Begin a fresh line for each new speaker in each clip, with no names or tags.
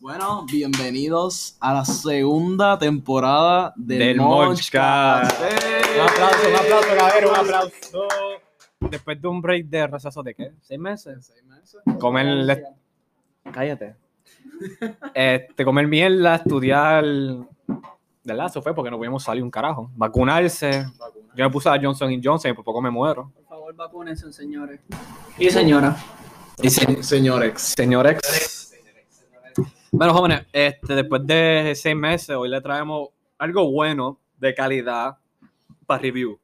Bueno, bienvenidos a la segunda temporada del,
Del
Monchcast.
Monchcast.
¡Ey!
Un aplauso, un aplauso, caballero, un aplauso. Después de un break de receso de qué? ¿Seis meses?
Seis meses.
Comer. Cállate. Este, comer mierda, estudiar. ¿Verdad? Eso fue porque no pudimos salir un carajo. Vacunarse.
Vacuna.
Yo me puse a Johnson Johnson y por poco me muero.
Por favor, vacúnense, señores. Y señora.
Y se- señores,
Señores. Bueno, jóvenes, este, después de seis meses, hoy le traemos algo bueno de calidad para review.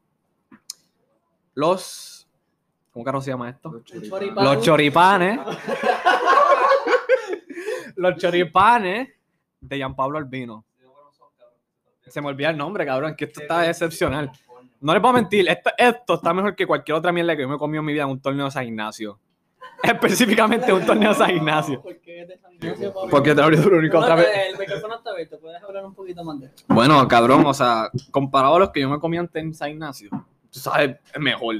Los. ¿Cómo carajo se llama esto?
los choripanes.
choripanes.
Los choripanes. los choripanes de Gian Pablo Albino. Se me olvida el nombre, cabrón, que esto está excepcional. No les voy a mentir, esto, esto está mejor que cualquier otra mierda que yo me he comido en mi vida en un torneo de San Ignacio. Específicamente un torneo de San Ignacio.
¿Por qué es de San Ignacio, Pablo?
Porque te abrió tu único
No,
otra vez.
El micrófono está abierto, puedes hablar un poquito más de eso.
Bueno, cabrón, o sea, comparado a los que yo me comí antes en San Ignacio, tú sabes, es mejor.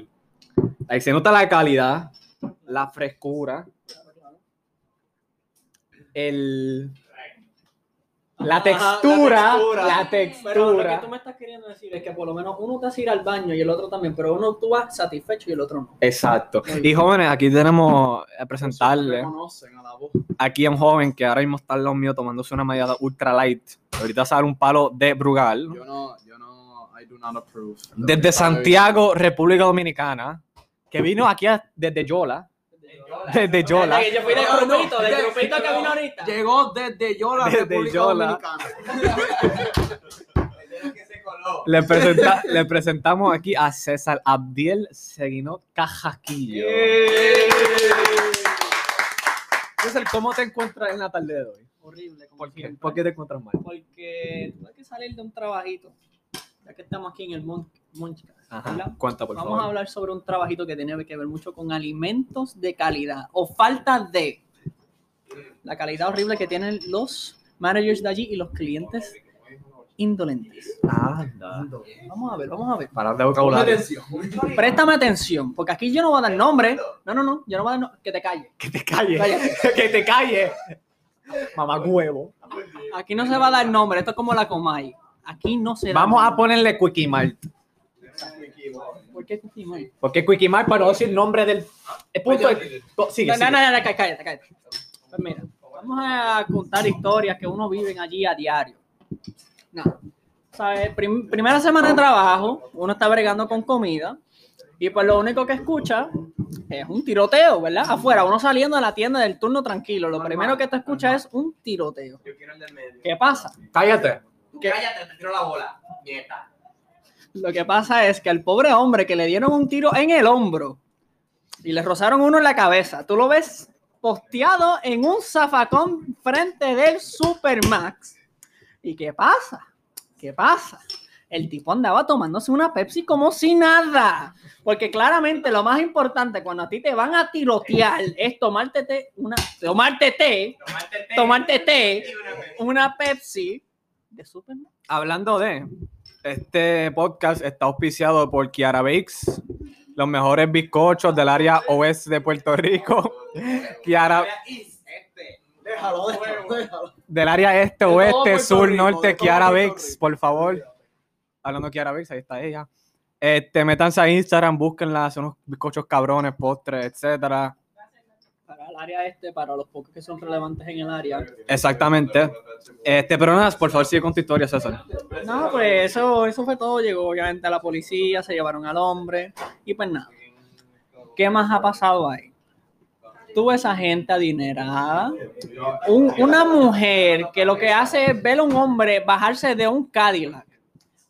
Ahí se nota la calidad, la frescura, el... La
Ajá,
textura, la
Pero lo que
textura.
tú me estás queriendo decir es que por lo menos uno te hace ir al baño y el otro también, pero uno tú vas satisfecho y el otro no.
Exacto.
Muy
Y
bien.
jóvenes, aquí tenemos a presentarle
Reconocen a la voz.
aquí a un joven que ahora mismo está al lado mío tomándose una mediada ultra light. Ahorita sale un palo de Brugal.
Yo no, yo no, I do not approve.
Desde Santiago, República Dominicana, que vino aquí a- desde Yola. Desde Yola.
Yo fui del
No, no,
grupito, del
de-
grupito que vino ahorita.
Llegó desde Yola,
Desde
República
Yola.
Dominicana.
Le, presenta- le presentamos aquí a César Abdiel Seguinot Cajasquillo. César, ¿cómo te encuentras en la tarde de hoy?
Horrible, como
¿Por qué,
siempre.
¿Por qué te encuentras mal?
Porque tuve que salir de un trabajito, ya que estamos aquí en el Mon Monchcast, ¿verdad?
Ajá, cuenta, por
Vamos
favor.
a hablar sobre un trabajito que tiene que ver mucho con alimentos de calidad o falta de la calidad horrible que tienen los managers de allí y los clientes indolentes.
Anda.
Vamos a ver, vamos a ver.
Parar de vocabulario.
Préstame atención, porque aquí yo no voy a dar nombre. No, no, no, yo no voy a dar nombre. Que te calles.
Que te calles.
Cállate.
que te calles. Mamá huevo.
Aquí no se va a dar nombre, esto es como la Comay. Aquí no se da
Vamos a
nombre.
ponerle Quickie Mart.
¿Por qué tú sí, May?
Porque Quickie Mart, para no decir nombre del. El punto es. to- Sigue,
No, no,
sigue.
no, no, cá- cállate, cállate. Pues mira, vamos a contar historias que uno vive allí a diario. Nada. ¿Sabes? eh, Prim- primera semana de trabajo, uno está bregando con comida y pues lo único que escucha es un tiroteo, ¿verdad? Afuera, uno saliendo de la tienda del turno tranquilo, lo primero que te escucha es un tiroteo. ¿Qué pasa?
Cállate.
Cállate, te tiro la bola, nieta.
Lo que pasa es que al pobre hombre que le dieron un tiro en el hombro y le rozaron uno en la cabeza, tú lo ves posteado en un zafacón frente del Supermax. ¿Y qué pasa? ¿Qué pasa? El tipo andaba tomándose una Pepsi como si nada. Porque claramente lo más importante cuando a ti te van a tirotear es tomarte té, una, tomarte té,
Tomarte té.
tomarte té,
Y una vez.
una Pepsi de Supermax.
Hablando de. Este podcast está auspiciado por Kiara Bakes, los mejores bizcochos del área oeste de Puerto Rico. Kiara,
Este.
Déjalo, déjalo, déjalo.
del área este,
todo
oeste,
Puerto
sur,
Rico, de
norte,
todo
Kiara
Puerto
Bakes,
Rico.
por favor. Hablando de Kiara Bakes, ahí está ella. Este, métanse a Instagram, búsquenla, son unos bizcochos cabrones, postres, etcétera.
para el área este, para los pocos que son relevantes en el área.
Exactamente. Este, pero nada, por favor, sigue con tu historia, César.
No, pues eso, eso fue todo. Llegó obviamente a la policía, se llevaron al hombre y pues nada. ¿Qué más ha pasado ahí? Tuvo esa gente adinerada. Un- una mujer que lo que hace es ver a un hombre bajarse de un Cadillac.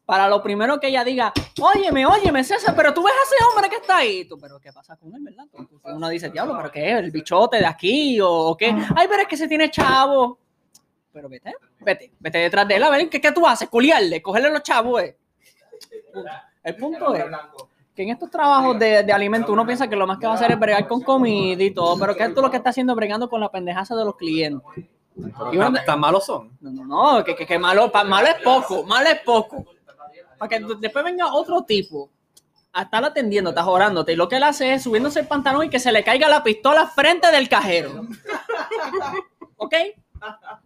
Para lo primero que ella diga, óyeme, óyeme, César, pero tú ves a ese hombre que está ahí. Tú, pero ¿qué pasa con él, verdad? Tú- tú- Uno dice, diablo, ¿pero qué es? ¿El bichote de aquí? ¿O, o qué? Ay, pero es que se tiene chavo. Pero vete, vete, vete detrás de él. A ver, ¿qué, qué tú haces? Culiarle, cogerle los chavos, eh. Punto. El punto es que en estos trabajos de, de alimento uno piensa que lo más que va a hacer es bregar con comida y todo, pero que esto es lo que está haciendo es bregando con la pendejaza de los clientes. Y una-
¿Tan, tan malos son?
No, no, no, que, que, que malo, pa- malo es poco, malo es poco. Para que d- después venga otro tipo a estar atendiendo, estás orándote, y lo que él hace es subiéndose el pantalón y que se le caiga la pistola frente del cajero. ¿Ok?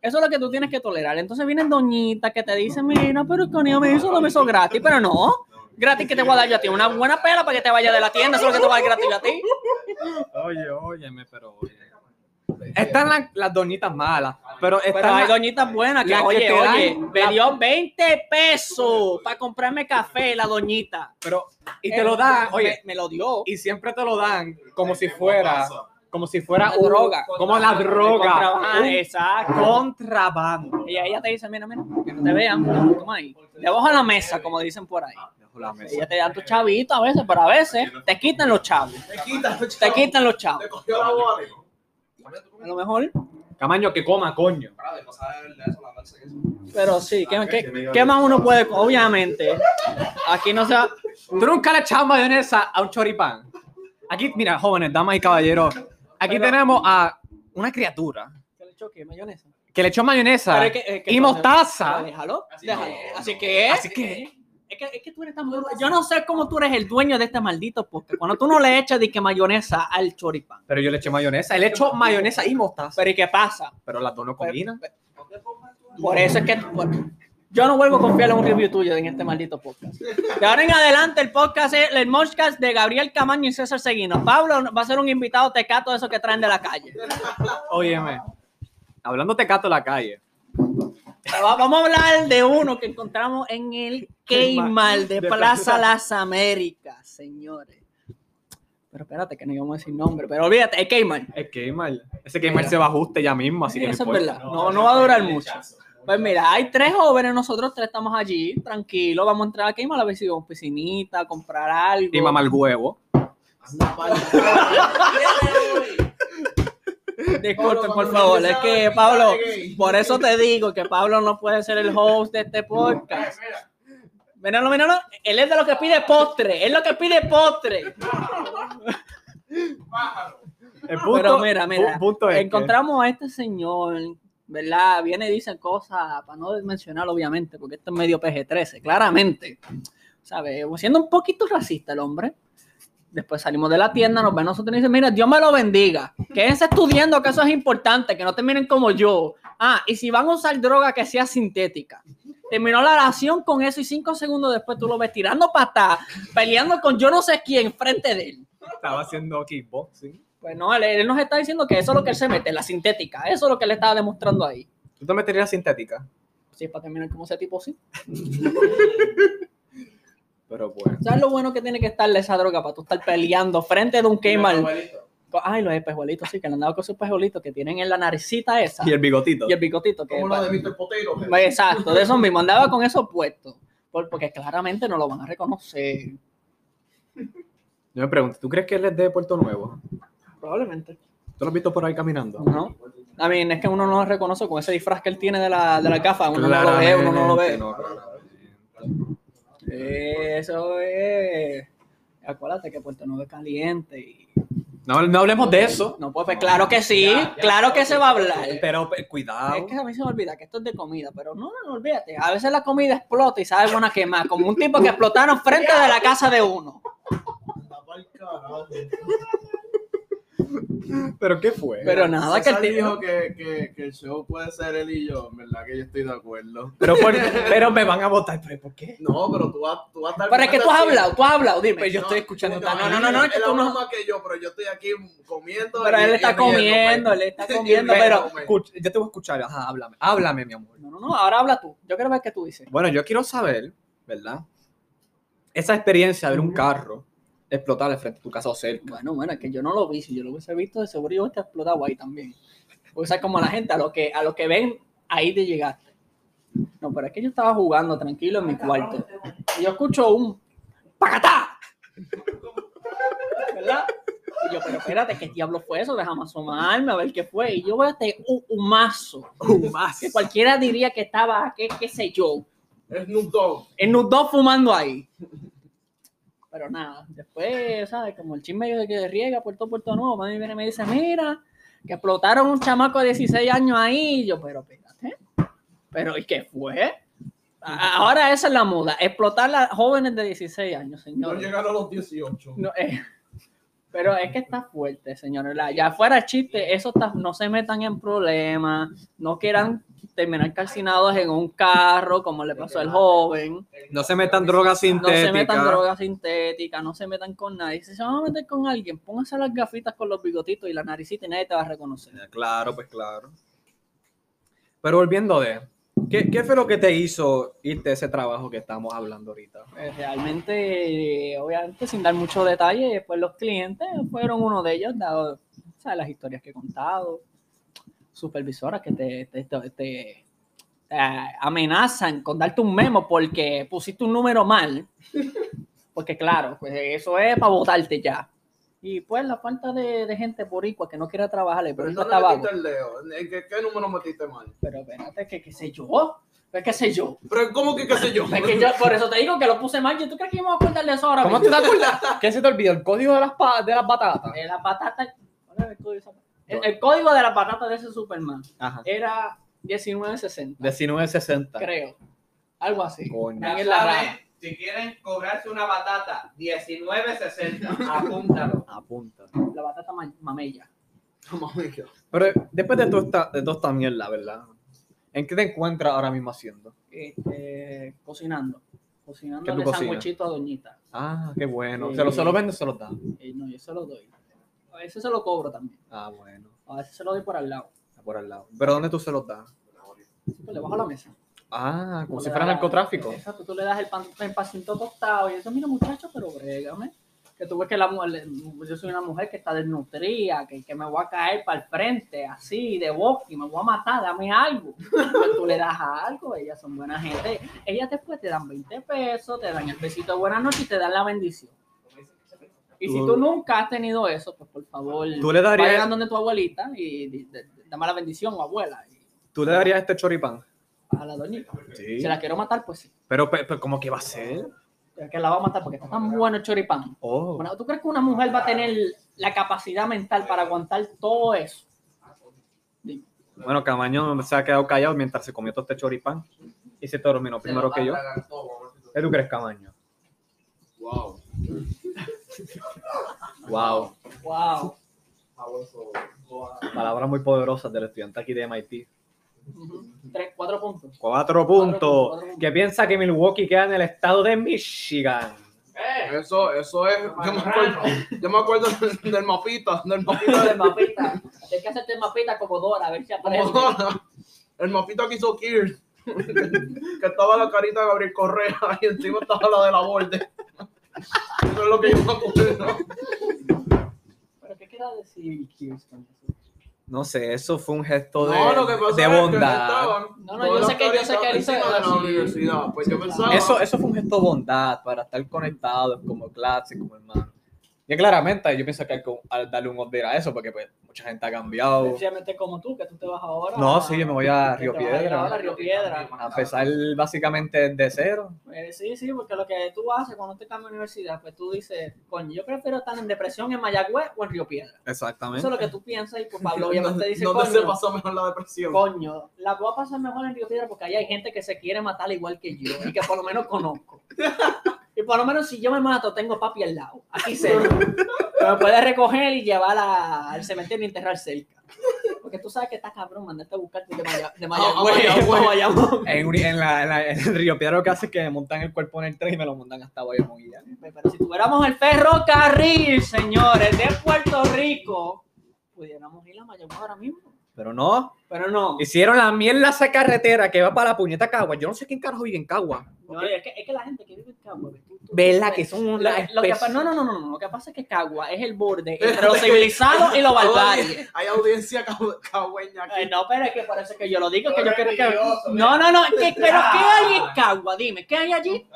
Eso es lo que tú tienes que tolerar. Entonces vienen doñitas que te dicen, mira, pero es que Oniel me hizo lo hizo gratis, pero no. Gratis que te voy a dar yo a ti. Una buena pela para que te vayas de la tienda, eso es lo que te va a dar gratis yo a ti.
Oye, óyeme, pero oye. Están las, las doñitas malas, pero están
Pero hay
las-
doñitas buenas que,
la que
oye,
te dan
oye, me
la-
dio 20 pesos para comprarme café la doñita.
pero y te lo dan,
Me-
oye,
me, lo dio.
y siempre te lo dan como si fuera como si fuera
Una
un-
droga.
como la droga,
Contrabando.
un
Exacto.
contrabando.
Y ella te dice, mira, mira, que no te vean, pero toma ahí. Debajo de la mesa, como dicen por ahí.
La mesa.
Ella te dan tus chavitos a veces, pero a veces te quitan los chavos.
Te quitas,
Te quitan los chavos.
Te cogió la bola.
A lo mejor.
Camaño que coma, coño.
Para de pasar el de eso, la verse eso.
Pero sí, ¿qué, qué- qué más uno puede? Obviamente. Aquí no se va.
Tú nunca le echas mayonesa a un choripán. Aquí, mira, jóvenes, damas y caballeros, aquí
Pero-
tenemos a una criatura
¿Qué le choque? Mayonesa.
que le echó mayonesa
Pero es que- es que
y
cuando-
mostaza.
Pero Déjalo.
Así
déjalo.
que-
Así que. eh,
Así que-
Es que, es que tú eres tan bueno. Yo no sé cómo tú eres el dueño de este maldito porque Cuando tú no le echas de que mayonesa al choripán.
Pero yo le eché mayonesa, él echó mayonesa y mostaza.
Pero ¿y qué pasa? Pues,
Pero las dos no combinan.
Por eso es que por- yo no vuelvo a confiar en un review tuyo en este maldito podcast. De ahora en adelante, el podcast es el podcast de Gabriel Camaño y César Seguino. Pablo va a ser un invitado tecato de esos que traen de la calle.
Óyeme. Hablando tecato en la calle.
Va- Vamos a hablar de uno que encontramos en el Keimal de
De
Plaza
Plaza-
Las Américas, señores. Pero espérate, que no íbamos a decir nombre, pero olvídate, el Keimal.
Es que mal. Ese que mal se va ajuste ya mismo, así que no
Eso es
importa.
verdad. No, no va a durar mucho. Pues mira, hay tres jóvenes, nosotros tres estamos allí, tranquilos, vamos a entrar a Keimal a ver si vamos a piscinita, a comprar algo.
Y mamá el huevo.
Anda pa'l-
Disculpen,
Pablo,
por
cuando
favor. Es
empieza
que
a
Pablo,
gritar, gay.
por eso te digo que Pablo no puede ser el host de este podcast.
Mira,
Míralo, míralo. Él es de los que pide postre. Es lo que pide postre.
pájaro.
El punto,
Pero mira, mira.
pu- punto es que-
Encontramos a este señor, ¿verdad? Viene y dice cosas, para no mencionarlo, obviamente, porque esto es medio PG-13, claramente. ¿Sabes? Siendo un poquito racista el hombre. Después salimos de la tienda, nos ven nosotros y dice, mira, Dios me lo bendiga. Quédense estudiando que eso es importante, que no terminen como yo. Ah, y si van a usar droga que sea sintética. Terminó la oración con eso y cinco segundos después tú lo ves tirando patas, peleando con yo no sé quién frente de él.
estaba haciendo kickboxing.
Pues no, él, él nos está diciendo que eso es lo que él se mete, la sintética. Eso es lo que él estaba demostrando ahí.
¿Tú te meterías sintética?
Sí, para terminar como ese tipo, sí.
Pero bueno.
¿Sabes lo bueno que tiene que estarle esa droga para tú estar peleando frente de un Kmart? Pues,
Abuelito.
Ay, los espejuelitos, sí, que le han dado con sus espejuelitos que tienen en la naricita esa
Y
y
el bigotito.
el, bigotito. Que, pues,
Como lo de Mr. Potero. que-
Exacto, de esos mismos. Andaba con esos puestos. por- Porque claramente no lo van a reconocer.
Yo me pregunto, ¿tú crees que él es de Puerto Nuevo?
Probablemente.
¿Tú lo has visto por ahí caminando?
No. A mí es que uno no lo reconoce con ese disfraz que él tiene de la, de la gafa. Uno no lo ve, uno no lo ve. Eso es. Acuérdate que Puerto Nuevo es caliente. Y...
No, no hablemos de eso.
No puede, pues claro que sí,
Ya, ya,
claro que
ya,
se
ya,
va a
ya,
hablar.
ya,
Eh, Pero pe- cuidado.
Es que a mí se me olvida que esto es de comida, pero no, no, no, olvídate. A veces la comida explota y sabe buena quemar, como un tipo que explotaron frente de la casa de uno.
Anda pa'l carajo.
¿Pero qué fue?
Pero nada, que el
César
tipo.
dijo que, que, que el show puede ser él y yo, en verdad que yo estoy de acuerdo.
Pero, por- pero me van a votar. ¿Pero por qué?
No, pero tú vas, tú vas a estar...
Pero es que tú has hablado, tú has hablado, dime.
Pues yo estoy escuchando
No, no,
también.
no, no, no, es que
Él
tú
habla
no.
más que yo, pero yo estoy aquí comiendo.
Pero
y-
él
y pues.
está
riéndome.
comiendo, él está
Y
comiendo, pero.
riéndome.
Escucha, pues. yo te voy a escuchar. Ajá, háblame. Háblame, mi amor.
No, no, no, ahora habla tú. Yo quiero ver qué tú dices.
Bueno, yo quiero saber, ¿verdad? Esa experiencia de ver un carro explotar al frente de tu casa o cerca.
Bueno, bueno, es que yo no lo vi. Si yo lo hubiese visto, de seguro yo hubiese explotado ahí también. O sea, como la gente, a lo que, a lo que ven, ahí te llegaste. No, pero es que yo estaba jugando tranquilo en mi cuarto. Y yo escucho un ¡Pacatá! ¿Verdad? Y yo, pero espérate, ¿qué diablo fue eso? Déjame asomarme a ver qué fue. Y yo voy a tener un humazo. Que cualquiera diría que estaba, qué, qué sé yo,
Es Snoop Dogg.
en los dos fumando ahí. Pero nada, después, ¿sabes? Como el chisme de que riega por todo Puerto Nuevo, mami viene y me dice, mira, que explotaron un chamaco de 16 años ahí. Y yo, pero espérate, pero ¿y qué fue? A- Ahora esa es la moda, explotar a jóvenes de 16 años,
No
señores.
llegaron a los 18.
No, eh, Pero es que está fuerte, señores. La- Ya fuera chiste, eso está, no se metan en problemas, no quieran terminar calcinados en un carro, como le pasó al joven.
No se metan drogas
No se metan
sintéticas.
drogas sintéticas, no se metan con nadie. Si se van a meter con alguien, pónganse las gafitas con los bigotitos y la naricita y nadie te va a reconocer.
Ya, Claro, pues claro. Pero volviendo de, ¿qué, qué fue lo que te hizo irte a ese trabajo que estamos hablando ahorita?
Eh, Realmente, eh, obviamente, sin dar mucho detalle, pues los clientes fueron uno de ellos, dado o sea, las historias que he contado, supervisoras que te, te- te- te, eh, amenazan con darte un memo porque pusiste un número mal. Porque claro, pues eso es para votarte ya. Y pues la falta de, de gente boricua que no quiere trabajar, pero,
Pero
no
no
está
le
vago.
metiste el dedo. ¿En qué, qué número metiste mal?
Pero espérate, que qué sé yo, Pues, qué sé yo.
Pero ¿cómo que qué sé yo?
Es que yo, por eso te digo que lo puse mal. ¿Y tú crees que íbamos a acordar de eso ahora?
¿Cómo
mismo?
tú te acuerdas? ¿Qué se te olvidó? ¿El código de las, pa- de las batatas?
De las patatas. Eh, ¿cuál era el código de esa- El, el código de la patata de ese Superman
Ajá.
era 1960,
1960.
creo. Algo así.
Coño.
Ahí
Ya
en la
saben,
rama.
si quieren cobrarse una batata, 19.60, apúntalo.
Apunta.
La batata ma- mamella.
Pero después de toda esta, de toda esta mierda, ¿verdad? ¿En qué te encuentras ahora mismo haciendo?
Este, cocinando. Cocinando
¿Qué
el
tú cocinas?
sandwichito a Doñita.
Ah, qué bueno.
Sí.
¿Se lo, se lo vende o se lo da?
Eh, no, yo se lo doy. A veces se lo cobro también.
Ah, bueno.
A veces se lo doy por al lado.
Está por al lado. ¿Pero dónde tú se los das?
Siempre le bajo la mesa.
Ah, como
Tú
si
le
fuera
das-
narcotráfico.
Exacto, tú le das el, pan, el pancito tostado y eso, mira muchacho, pero brégame. Que tú ves que la mujer, yo soy una mujer que está desnutrida, que, que me voy a caer para el frente, así, de boca, y me voy a matar, dame algo. Pues tú le das algo, ellas son buena gente. Ellas después te dan 20 pesos, te dan el besito de buena noche y te dan la bendición. Y si tú nunca has tenido eso, pues por favor,
¿Tú le darías-
vayan donde tu abuelita y di- di- dame la bendición o abuela. y
¿Tú le darías este choripán?
a la doñita.
Sí.
Si la quiero matar, pues sí.
Pero, pe- pero, ¿cómo que va a ser?
que la va a matar porque está tan bueno el choripán.
Oh.
Bueno, ¿Tú crees que una mujer va a tener la capacidad mental para aguantar todo eso?
Bueno, Camaño se ha quedado callado mientras se comió todo este choripán y se terminó primero que yo. ¿Qué tú crees, Camaño?
Wow.
Wow.
¡Wow!
Palabras muy poderosas del estudiante aquí de MIT.
Ujú. Tres, cuatro puntos.
Cuatro
puntos,
puntos.
cuatro puntos.
Que piensa que Milwaukee queda en el estado de Michigan.
Eh,
Eso, eso es. Yo me acuerdo, yo me acuerdo del, del mapita. Del mapita.
El mapita. Hay que hacerte el mapita como Dora, a ver si aparece.
El mapita que hizo Kier. Que estaba la carita de Gabriel Correa y encima estaba la de la borde. Eso es lo que yo me acuerdo.
¿Pero qué quiere decir Kiers con eso?
No sé, eso fue un gesto de,
No, lo que pasa
de
es que
bondad.
estaban
No, no,
todas
yo
las
sé que- yo sé que él
caritas
hizo
encima de la
así.
universidad. Pues yo pensaba.
Eso, eso fue un gesto de bondad para estar conectados como clase, como hermano. Y claramente yo pienso que hay que al darle un update a eso porque pues mucha gente ha cambiado.
Sencillamente como tú, que tú te vas ahora.
No, sí, yo me voy a
que
Río
te vas a ir ahora
Piedra.
a Río Piedra.
A pesar básicamente de cero.
Eh, sí, sí, porque lo que tú haces cuando te cambias de universidad, pues tú dices, coño, yo prefiero estar en depresión en Mayagüez o en Río Piedra. Eso
Exactamente.
es lo que tú piensas y pues Pablo obviamente dice,
¿Dónde se
coño, pues
pasó mejor la depresión?
coño, la voy a pasar mejor en Río Piedra porque ahí hay gente que se quiere matar igual que yo y que por lo menos conozco. Y por lo menos si yo me mato, tengo papi al lado, aquí cerca. Que Me puedes recoger y llevar a- al cementerio y enterrar cerca. Porque tú sabes que está cabrón mandarte a buscarte de, Maya, de
ah,
Mayagüez
a Mayagüez.
a Bayamón.
En, un- en la- en la- en el Río Piedra lo que hace es que me montan el cuerpo en el tren y me lo montan hasta Bayamón y ya.
Pero si tuviéramos el ferrocarril, señores, de Puerto Rico, pudiéramos ir a Mayagüez ahora mismo.
Pero no,
Pero no.
hicieron la mierda esa carretera que va para la puñeta Cagua. Yo no sé quién carajo vive en Cagua.
No, es, que, es que la gente que vive en Cagua. tú- tú-
¿Verdad? Que
tú-
son
lo,
una
lo que, pa-
especie-
no, no, no, no, no. Lo que pasa es que Cagua es el borde entre lo civilizado y lo barbarie.
Hay audiencia cagü- cagüeña aquí.
Ay, no, pero es que por eso es que yo lo digo, que yo quiero que. No, no, no. que- pero ¿qué hay en Cagua? Dime, ¿qué hay allí?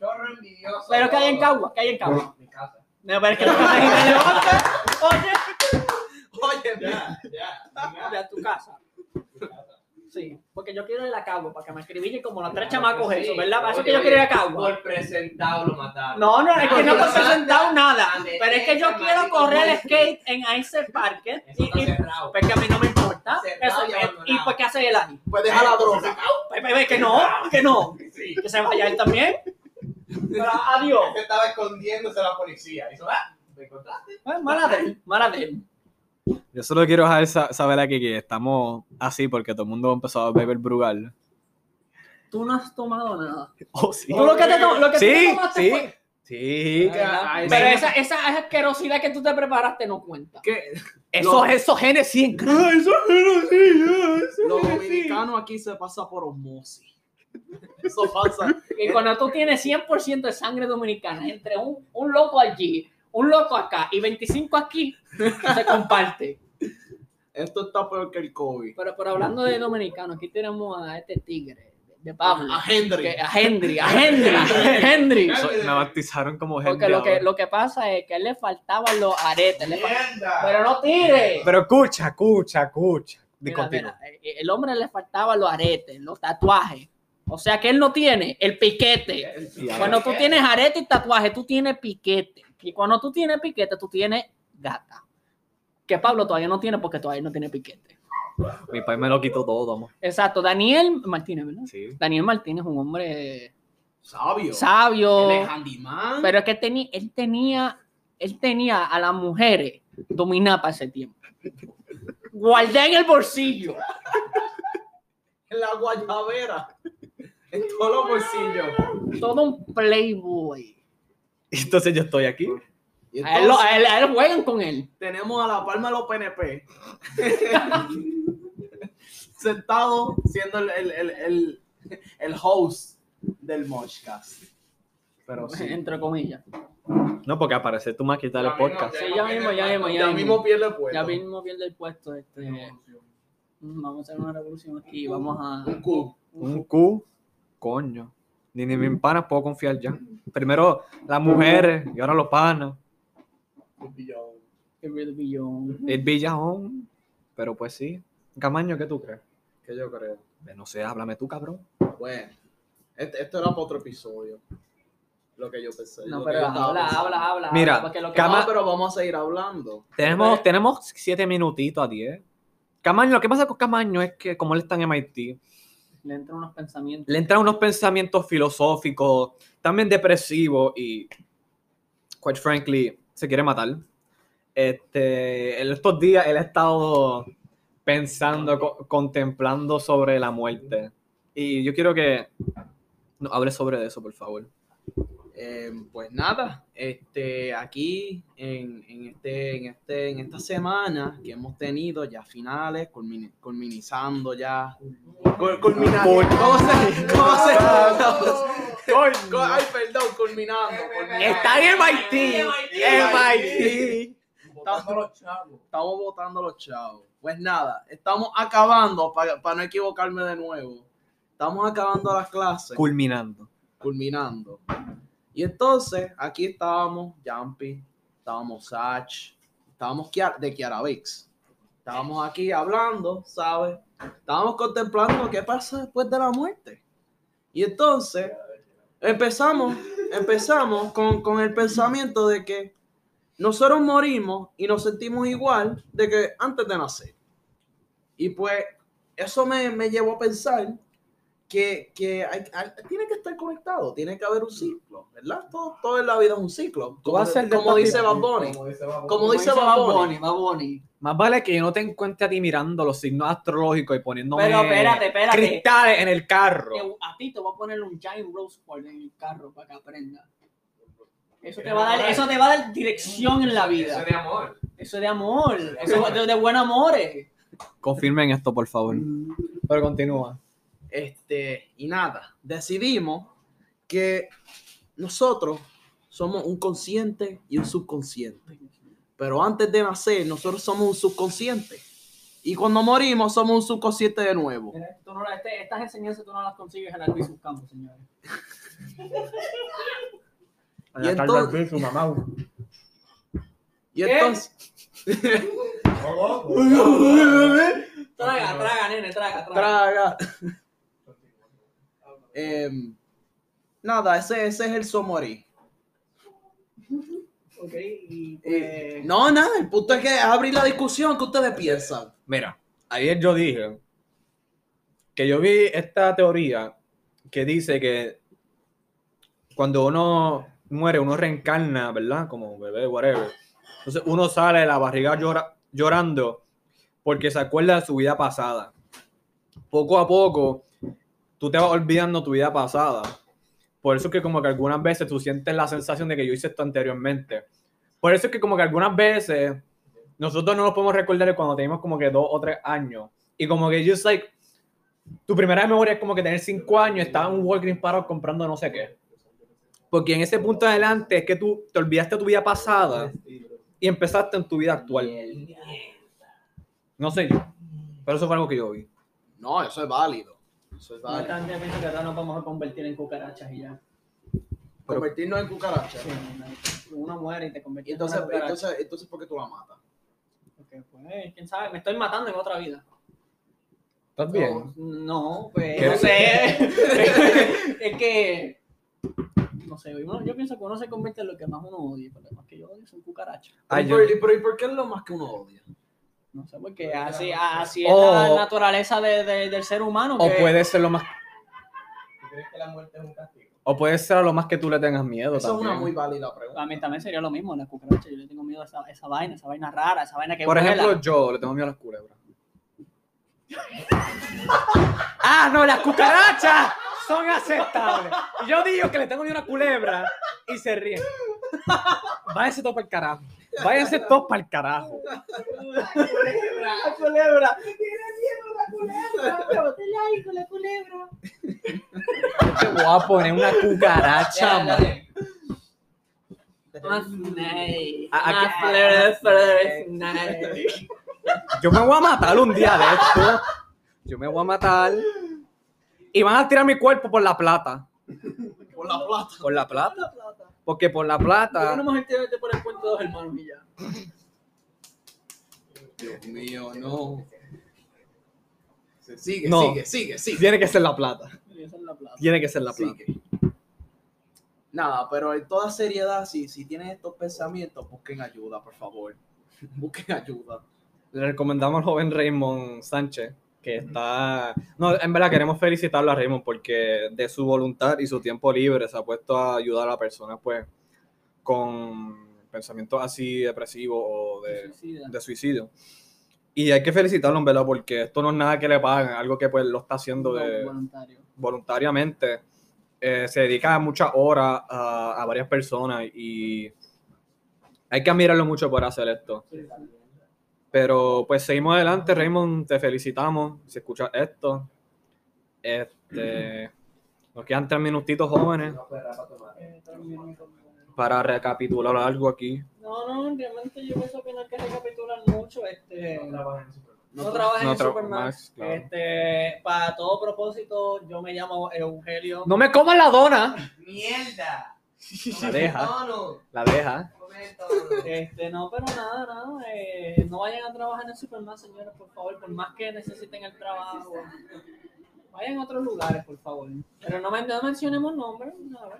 Chorro envidioso.
¿Pero qué hay en Cagua? ¿Qué hay en Cagua?
Mi casa.
No, pero es que la casa es irrelevante. Oye,
Oye,
Ya, ya.
de a tu casa. Sí, porque yo quiero ir a Cagua para que me escribillen como los tres chamacos, eso, ¿verdad? Para eso que yo quiero ir a Cagua.
Por presentado lo mataron.
No, no, es que no
Nada,
he presentado nada.
nada.
Pero es que yo
Ese
quiero
maldito
correr el
monstruo.
skate en ese parque.
Eso
Y,
está
y-
cerrado.
pues que a mí no me importa. Eso,
Cerrado y
eh, y
abandonado.
pues qué hace él ahí.
pues deja la droga.
Pues, pues, pues, que no, que no.
Sí.
Que se vaya él también. Pero adiós.
Se estaba escondiéndose la policía. Hizo, ah,
Me
recordaste?
Pues, mala de él, mala de él.
Yo solo quiero dejar sa- saber aquí que estamos así porque todo el mundo empezó a beber Brugal.
Tú no has tomado nada.
Oh, sí.
Tú lo que te, to- lo que tú te
Sí,
tomaste
sí,
fue-
pues. sí.
¿Verdad?
ay,
Pero
sí.
esa, esa asquerosidad que tú te preparaste no cuenta.
¿Qué?
Esos, esos genes sí en- Este
Los dominicanos aquí se pasa por osmosis. Eso pasa.
Y cuando tú tienes 100% de sangre dominicana, entre un, un loco allí, un loco acá y 25 aquí, se comparte.
Esto está peor que el COVID.
Pero, pero hablando de dominicano, aquí tenemos a este tigre de Pablo.
A Henry.
que- a Henry, a Henry, a Henry.
So- me bautizaron como gente.
Porque lo que,
ahora.
lo que pasa es que a él le faltaban los aretes. le fal-
¡Mierda!
Pero no tire.
Pero escucha, escucha, escucha. Di
Mira,
contigo.
mira, eh, el hombre le faltaban los aretes, los tatuajes. O sea que él no tiene el piquete.
Y ahora-
Cuando tú tienes arete y tatuaje, tú tienes piquete. Y cuando tú tienes piquete, tú tienes gata. Que Pablo todavía no tiene porque todavía no tiene piquete.
Mi país me lo quitó todo, amor.
Exacto. Daniel Martínez, ¿verdad?
Sí.
Daniel Martínez es un hombre
Sabio.
sabio.
Él es handyman.
Pero es que teni- él tenía, él tenía a las mujeres dominadas para ese tiempo. Guardé en el bolsillo.
En la guayabera. En todos los bolsillos.
Todo un playboy.
Entonces yo estoy aquí.
Y
A él, lo-
entonces
a él- a él juegan con él.
tenemos a la palma de los PNP. Sentado siendo el, el, el, el, el host del Moshcast. Pero sí.
Entre comillas.
No, porque aparece tú más quitar el
Lo mismo,
podcast.
Sí, ya mismo, ya mismo, ya
Ya mismo pierde puesto.
Ya mismo pierde el puesto. Este, mm, vamos a hacer una revolución aquí. Vamos a.
Un Q.
Un Q, coño. Ni ni mis panas puedo confiar ya. Primero las mujeres y ahora los panas.
Get rid of Beyond.
El Villajón. Pero pues sí. Camaño, ¿qué tú crees? Que yo creo. No sé, háblame tú, cabrón.
Bueno, este- esto era para otro episodio. Lo que yo pensé.
No,
lo que
pero
yo estaba
habla,
pensando.
habla, habla.
Mira,
habla, porque lo que
No,
cama-
pero vamos a seguir hablando.
Tenemos, tenemos siete minutitos a diez. Camaño, lo que pasa con Camaño es que como él está en MIT,
le entran unos pensamientos.
le entran unos pensamientos filosóficos, también depresivos y, quite frankly, se quiere matar. Este, en estos días él ha estado pensando, co- contemplando sobre la muerte. Y yo quiero que no, hable sobre eso, por favor.
Eh, pues nada, este, aquí en, en este, en, este, en esta semana que hemos tenido ya finales, culmin- culminizando ya. Cul- Culminando. Ah. ¿Cómo se? ¿Cómo se? Ay, perdón, culminando. culminando.
Está en MIT.
MIT. Estamos Estamos votando los chavos. Pues nada, estamos acabando, para no equivocarme de nuevo, estamos acabando las clases,
Culminando.
culminando. Y entonces, aquí estábamos Jumpy, estábamos Sach, estábamos Kia- de Kiara Vix. Estábamos aquí hablando, ¿sabes? Estábamos contemplando qué pasa después de la muerte. Y entonces, empezamos, empezamos con, con el pensamiento de que nosotros morimos y nos sentimos igual de que antes de nacer. Y pues eso me, me llevó a pensar que, que hay- hay- tiene que estar conectado, tiene que haber un ciclo, ¿verdad? Todo, todo en la vida es un ciclo. Como,
vas a ser de
como
papi-
dice Bad Bunny. Como dice
Bad
Bad Bunny.
Bunny, Bad Bunny.
Más vale que yo no te encuentre a ti mirando los signos astrológicos y poniéndome
Pero espérate, espérate.
cristales en el carro.
Te- a ti te voy a poner un giant rose cord en el carro para que aprenda. Eso te, va a dar, eso te va a dar dirección en la
Eso
vida.
de amor.
Eso de amor. Eso de, de buen amores.
Confirmen esto, por favor. Pero continúa.
Este, y nada, decidimos que nosotros somos un consciente y un subconsciente. Pero antes de nacer, nosotros somos un subconsciente. Y cuando morimos, somos un subconsciente de nuevo.
Tú no la- este- estas enseñanzas tú no las consigues en la Luis Campos, señores.
Y entonces, y entonces,
Traga, traga, nene, traga, traga.
traga. Em, nada, ese, ese es el somorí.
Ok, y
Eh,
pues,
no, nada, el punto es que es abrir la discusión que ustedes piensan.
Mira, ayer yo dije que yo vi esta teoría que dice que cuando uno muere, uno reencarna, ¿verdad? Como bebé, whatever. Entonces uno sale de la barriga llora- llorando porque se acuerda de su vida pasada. Poco a poco, tú te vas olvidando tu vida pasada. Por eso es que como que algunas veces tú sientes la sensación de que yo hice esto anteriormente. Por eso es que como que algunas veces nosotros no nos podemos recordar de cuando teníamos como que dos o tres años. Y como que just like, tu primera memoria es como que tener cinco años, estaba en un Walgreens paro comprando no sé qué. Porque en ese punto adelante es que tú te olvidaste de tu vida pasada y empezaste en tu vida actual. No sé yo. Pero eso fue algo que yo vi.
No, eso es válido. Eso es
No
válido.
es tan difícil que ahora nos vamos a convertir en cucarachas y ya.
Pero-
Convertirnos en cucaracha.
Sí, uno muere y te conviertes
Y entonces,
en una cucaracha.
entonces, entonces, ¿por qué tú la matas?
Porque, pues, quién sabe, me estoy matando en otra vida.
¿Estás
No, no, pues,
¿Qué?
no sé. es que, no sé, uno- yo pienso que uno se convierte en lo que más uno odia, pero lo más que yo odio son cucarachas.
Ay,
¿Y
yo-
por- y por- ¿Y por qué es lo más que uno odia?
No sé, porque así, así es
Oh.
la naturaleza de- de- del ser humano.
O
que-
puede ser lo más,
¿Tú crees que la muerte es un castigo?
o puede ser a lo más que tú le tengas miedo.
Esa es una
también.
muy válida pregunta.
A mí también sería lo mismo, las cucarachas. Yo le tengo miedo a esa, esa vaina, esa vaina rara, esa vaina que
Por
vuela.
ejemplo, yo le tengo miedo a las culebras.
¡Ah, no, las cucarachas!
Son aceptables. Y yo digo que le tengo miedo a una culebra y se ríen. Váyanse todos para el carajo. Váyanse todos para el carajo.
La culebra. Tiene miedo la culebra. Botella ahí con la culebra.
Te voy a poner una cucaracha, man.
Más nice.
Ah, aquí-
Más flores, flores, nice.
Yo me voy a matar un día de esto. Yo me voy a matar. Y van a tirar mi cuerpo por la plata.
Por la plata.
Por Ah, la plata. Porque por la plata.
Una mujer tiene que poner cuento de dos hermanos y ya.
Dios mío, no. Se Sigue,
No.
sigue, sigue, sigue.
Tiene que ser la plata.
Y esa es la plata.
Tiene que ser la plata.
sigue. Nada, pero en toda seriedad, si, si tienes estos pensamientos, busquen ayuda, por favor. Busquen ayuda.
Le recomendamos al joven Raymond Sánchez, que está... No, en verdad queremos felicitarlo a Raymond porque de su voluntad y su tiempo libre se ha puesto a ayudar a personas pues con pensamientos así depresivos o de,
Suicida.
de suicidio. Y hay que felicitarlo en verdad porque esto no es nada que le pagan, algo que pues lo está haciendo de,
Voluntario.
voluntariamente. eh, se dedica muchas horas a, a varias personas y hay que admirarlo mucho por hacer esto. Pero pues seguimos adelante, Raymond, te felicitamos si escuchas esto. Este, nos quedan tres minutitos jóvenes
pues,
para recapitular algo aquí.
No, no, realmente yo pienso que no hay que recapitular mucho. Este, no,
No
trabajes
no
en
tra-
Superman.
Max, claro.
este, para todo propósito, yo me llamo Eugelio.
No me comas la dona.
¡Mierda!
La deja,
Tono,
la deja.
come tono.
Este, no, pero nada, nada. eh, no vayan a trabajar en Superman, señores, por favor. Por más que necesiten el trabajo, vayan a otros lugares, por favor. Pero no, men- no mencionemos nombres, nada.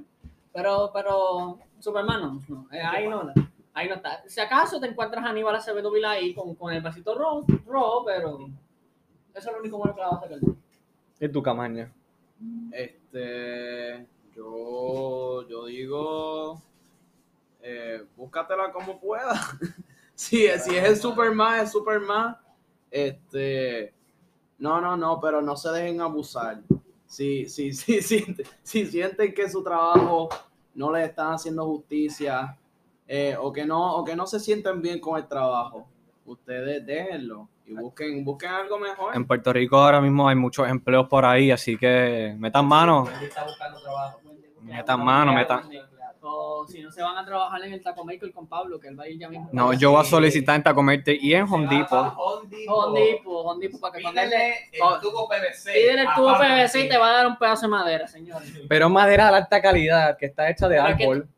Pero, pero, Superman no, no, eh, ahí no. Ahí no está. Si acaso te encuentras a Aníbal Acevedo Vila ahí con, con el vasito rojo, rojo, pero eso es lo único bueno que la vas a sacar.
Es tu camaña.
Este, yo, yo digo, eh, búscatela como puedas. si, es- si es el Superman, es Superman. Este, no, no, no, pero no se dejen abusar. Si, si, si, si, si sienten que su trabajo no les están haciendo justicia eh, o, que no, o que no se sienten bien con el trabajo, ustedes déjenlo y busquen, busquen algo mejor.
En Puerto Rico ahora mismo hay muchos empleos por ahí, así que metan mano.
Wendy está buscando trabajo.
Metan mano, metan.
O si no se van a trabajar en el Taco Maker con Pablo, que él va a ir ya mismo.
No, yo voy a solicitar en Tacomerte y en Home Depot.
Home Depot, Home Depot, para que cuando él le-
Pídele el tubo PVC.
Pídele
Ah,
el tubo
Aparte,
PVC y
sí.
te va a dar un pedazo de madera, señores.
Pero madera de alta calidad, que está hecha de
Pero es que-
árbol.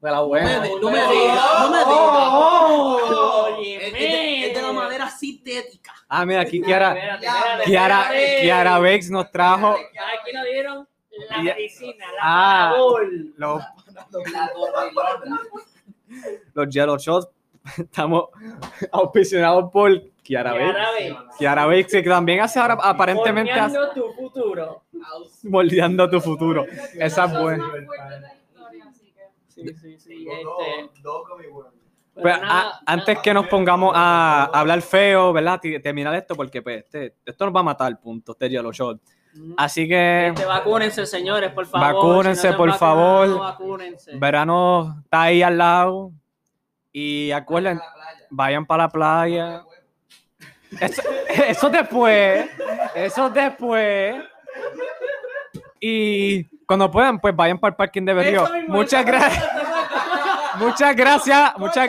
De la buena.
No me-
no
no
me
me
digas,
digas, no me
digas. Oye,
Es- es de- es de la
man.
madera
E
sintética.
Ah, mira, aquí Kiara,
Espérate,
Ya,
espérate,
Kiara,
espérate.
Kiara Bex nos trajo
Aquí nos dieron la
Ya.
medicina, la
Ah.
parabol.
los,
La torrelona.
los Yellow Shots. Estamos auspicionados por Kiara Bex.
Kiara Bex.
Kiara Bex, que también hace ahora aparentemente hace-
Horneando tu futuro.
moldeando tu futuro. Esa es
Son
buena.
más fuertes de la historia, así que-
Sí, sí, sí.
Tengo
Este,
dos- dos comic books.
Pero
Pues,
nada,
a- antes que nos pongamos a hablar feo, ¿verdad? Ti- Terminar esto porque pues, este- esto nos va a matar, punto, este Yellow Shot.
nada.
Así que
Mm. Este, vacúnense, señores, por favor.
Vacúnense,
Si no se han
por favor.
vacunado, Vacúnense.
verano está ahí al lado y acuérdense, vayan para la playa. Eso, eso después, eso después. Y cuando puedan, pues vayan para el parking de Berrío.
Eso mismo,
Muchas
eso.
gracias. Muchas gracias, muchas,